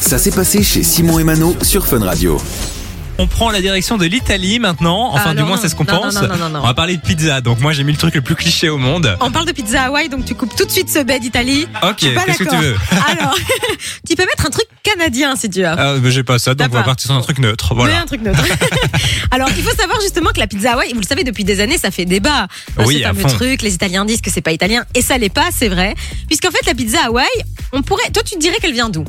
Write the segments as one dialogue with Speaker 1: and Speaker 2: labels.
Speaker 1: Ça s'est passé chez Simon et Mano sur Fun Radio.
Speaker 2: On prend la direction de l'Italie maintenant. Enfin,
Speaker 3: Ah,
Speaker 2: du
Speaker 3: non,
Speaker 2: moins,
Speaker 3: non,
Speaker 2: c'est ce qu'on
Speaker 3: non, non,
Speaker 2: pense.
Speaker 3: non, non, Oh. non, non.
Speaker 2: On va parler de pizza. Donc, moi, j'ai mis le truc le plus cliché au monde.
Speaker 3: On parle de pizza Hawaii, donc tu coupes tout de suite ce bed d'Italie.
Speaker 2: Ok,
Speaker 3: Je suis pas
Speaker 2: qu'est-ce que tu
Speaker 3: d'accord.
Speaker 2: veux
Speaker 3: Alors, tu peux mettre un truc canadien si tu as.
Speaker 2: Ah, mais J'ai pas ça, donc
Speaker 3: T'as
Speaker 2: on va
Speaker 3: pas.
Speaker 2: partir sur un truc neutre.
Speaker 3: Mais
Speaker 2: Voilà.
Speaker 3: un truc neutre. Alors, il faut savoir justement que la pizza Hawaii, vous le savez, depuis des années, ça fait débat. Hein,
Speaker 2: Oui,
Speaker 3: ce
Speaker 2: à
Speaker 3: fameux
Speaker 2: fond.
Speaker 3: truc, les Italiens disent que c'est pas italien, et ça l'est pas, c'est vrai. Puisqu'en fait, la pizza Hawaii, on pourrait. Toi, tu te dirais qu'elle vient d'où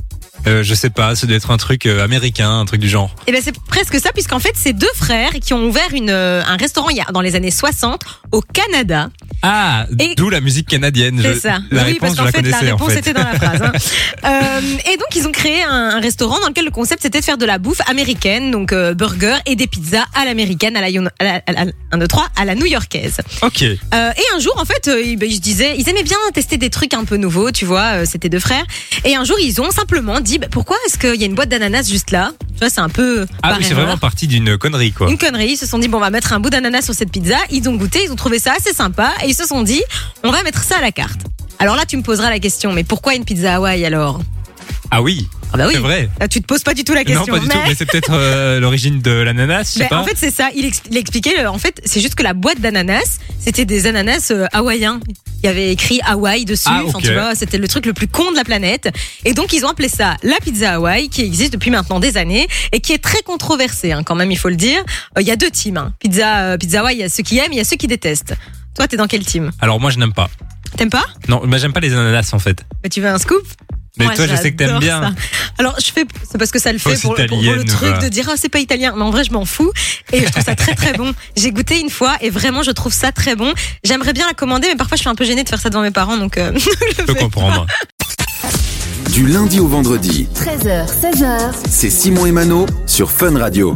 Speaker 2: Euh, je sais pas, ça doit être un truc euh, américain, un truc du genre.
Speaker 3: Eh ben c'est presque ça, puisqu'en fait, c'est deux frères qui ont ouvert une, euh, un restaurant il y a, dans les années 60 au Canada.
Speaker 2: Ah,
Speaker 3: Et-
Speaker 2: d'où la musique canadienne.
Speaker 3: C'est
Speaker 2: Je-
Speaker 3: ça.
Speaker 2: La
Speaker 3: oui,
Speaker 2: réponse, je
Speaker 3: parce
Speaker 2: la
Speaker 3: qu'en fait, la
Speaker 2: connaissais
Speaker 3: réponse
Speaker 2: en fait.
Speaker 3: était dans la phrase. hein. Euh, et donc, ils ont créé un, un restaurant dans lequel le concept c'était de faire de la bouffe américaine, donc euh, burger et des pizzas à l'américaine, à la, yon- à la, à la- un, deux, trois, à la new-yorkaise.
Speaker 2: Ok. Ah,
Speaker 3: Euh, et un jour, en fait, euh, ils, ben, ils se disaient, ils aimaient bien tester des trucs un peu nouveaux, tu vois, euh, c'était deux frères. Et un jour, ils ont simplement dit, ben, pourquoi est-ce qu'il y a une boîte d'ananas juste là Tu vois, c'est un peu.
Speaker 2: Ah
Speaker 3: par
Speaker 2: oui, c'est
Speaker 3: erreur.
Speaker 2: vraiment parti d'une connerie, quoi.
Speaker 3: Une connerie, ils se sont dit bon on va mettre un bout d'ananas sur cette pizza, ils ont goûté, ils ont trouvé ça assez sympa et ils se sont dit on va mettre ça à la carte. Alors là tu me poseras la question mais pourquoi une pizza Hawaï alors
Speaker 2: Ah oui.
Speaker 3: Ah bah oui.
Speaker 2: C'est vrai.
Speaker 3: Là, tu te poses pas du tout la question.
Speaker 2: non, pas du tout.
Speaker 3: mais-
Speaker 2: Mais c'est peut-être euh, l'origine de l'ananas, je sais
Speaker 3: Ben,
Speaker 2: pas.
Speaker 3: en fait c'est ça, il, ex- il expliquait euh, en fait c'est juste que la boîte d'ananas c'était des ananas euh, hawaïens. Il y avait écrit Hawaï dessus,
Speaker 2: Ah,
Speaker 3: enfin
Speaker 2: ok.
Speaker 3: tu vois, c'était le truc le plus con de la planète et donc ils ont appelé ça la pizza Hawaï qui existe depuis maintenant des années et qui est très controversée hein, quand même il faut le dire. Euh, Il y a deux teams, hein. pizza euh, pizza Hawaï, il y a ceux qui aiment, il y a ceux qui détestent. Toi, t'es dans quel team
Speaker 2: Alors moi, je n'aime pas.
Speaker 3: T'aimes pas
Speaker 2: Non, mais j'aime pas les ananas en fait.
Speaker 3: Bah, Tu veux un scoop
Speaker 2: Mais
Speaker 3: Moi,
Speaker 2: toi, je sais que t'aimes
Speaker 3: j'adore
Speaker 2: bien.
Speaker 3: ça. Alors, je fais, c'est parce que ça le fait
Speaker 2: Fausse
Speaker 3: pour, pour- pour le
Speaker 2: italienne,
Speaker 3: truc
Speaker 2: va.
Speaker 3: de dire, ah, c'est pas italien. Mais en vrai, je m'en fous. Et je trouve ça très, très bon. J'ai goûté une fois et vraiment, je trouve ça très bon. J'aimerais bien la commander, mais parfois, je suis un peu gênée de faire ça devant mes parents, donc, euh,
Speaker 2: Je peux comprendre.
Speaker 1: Du lundi au vendredi,
Speaker 4: 13h, 16h.
Speaker 1: c'est Simon et Mano sur Fun Radio.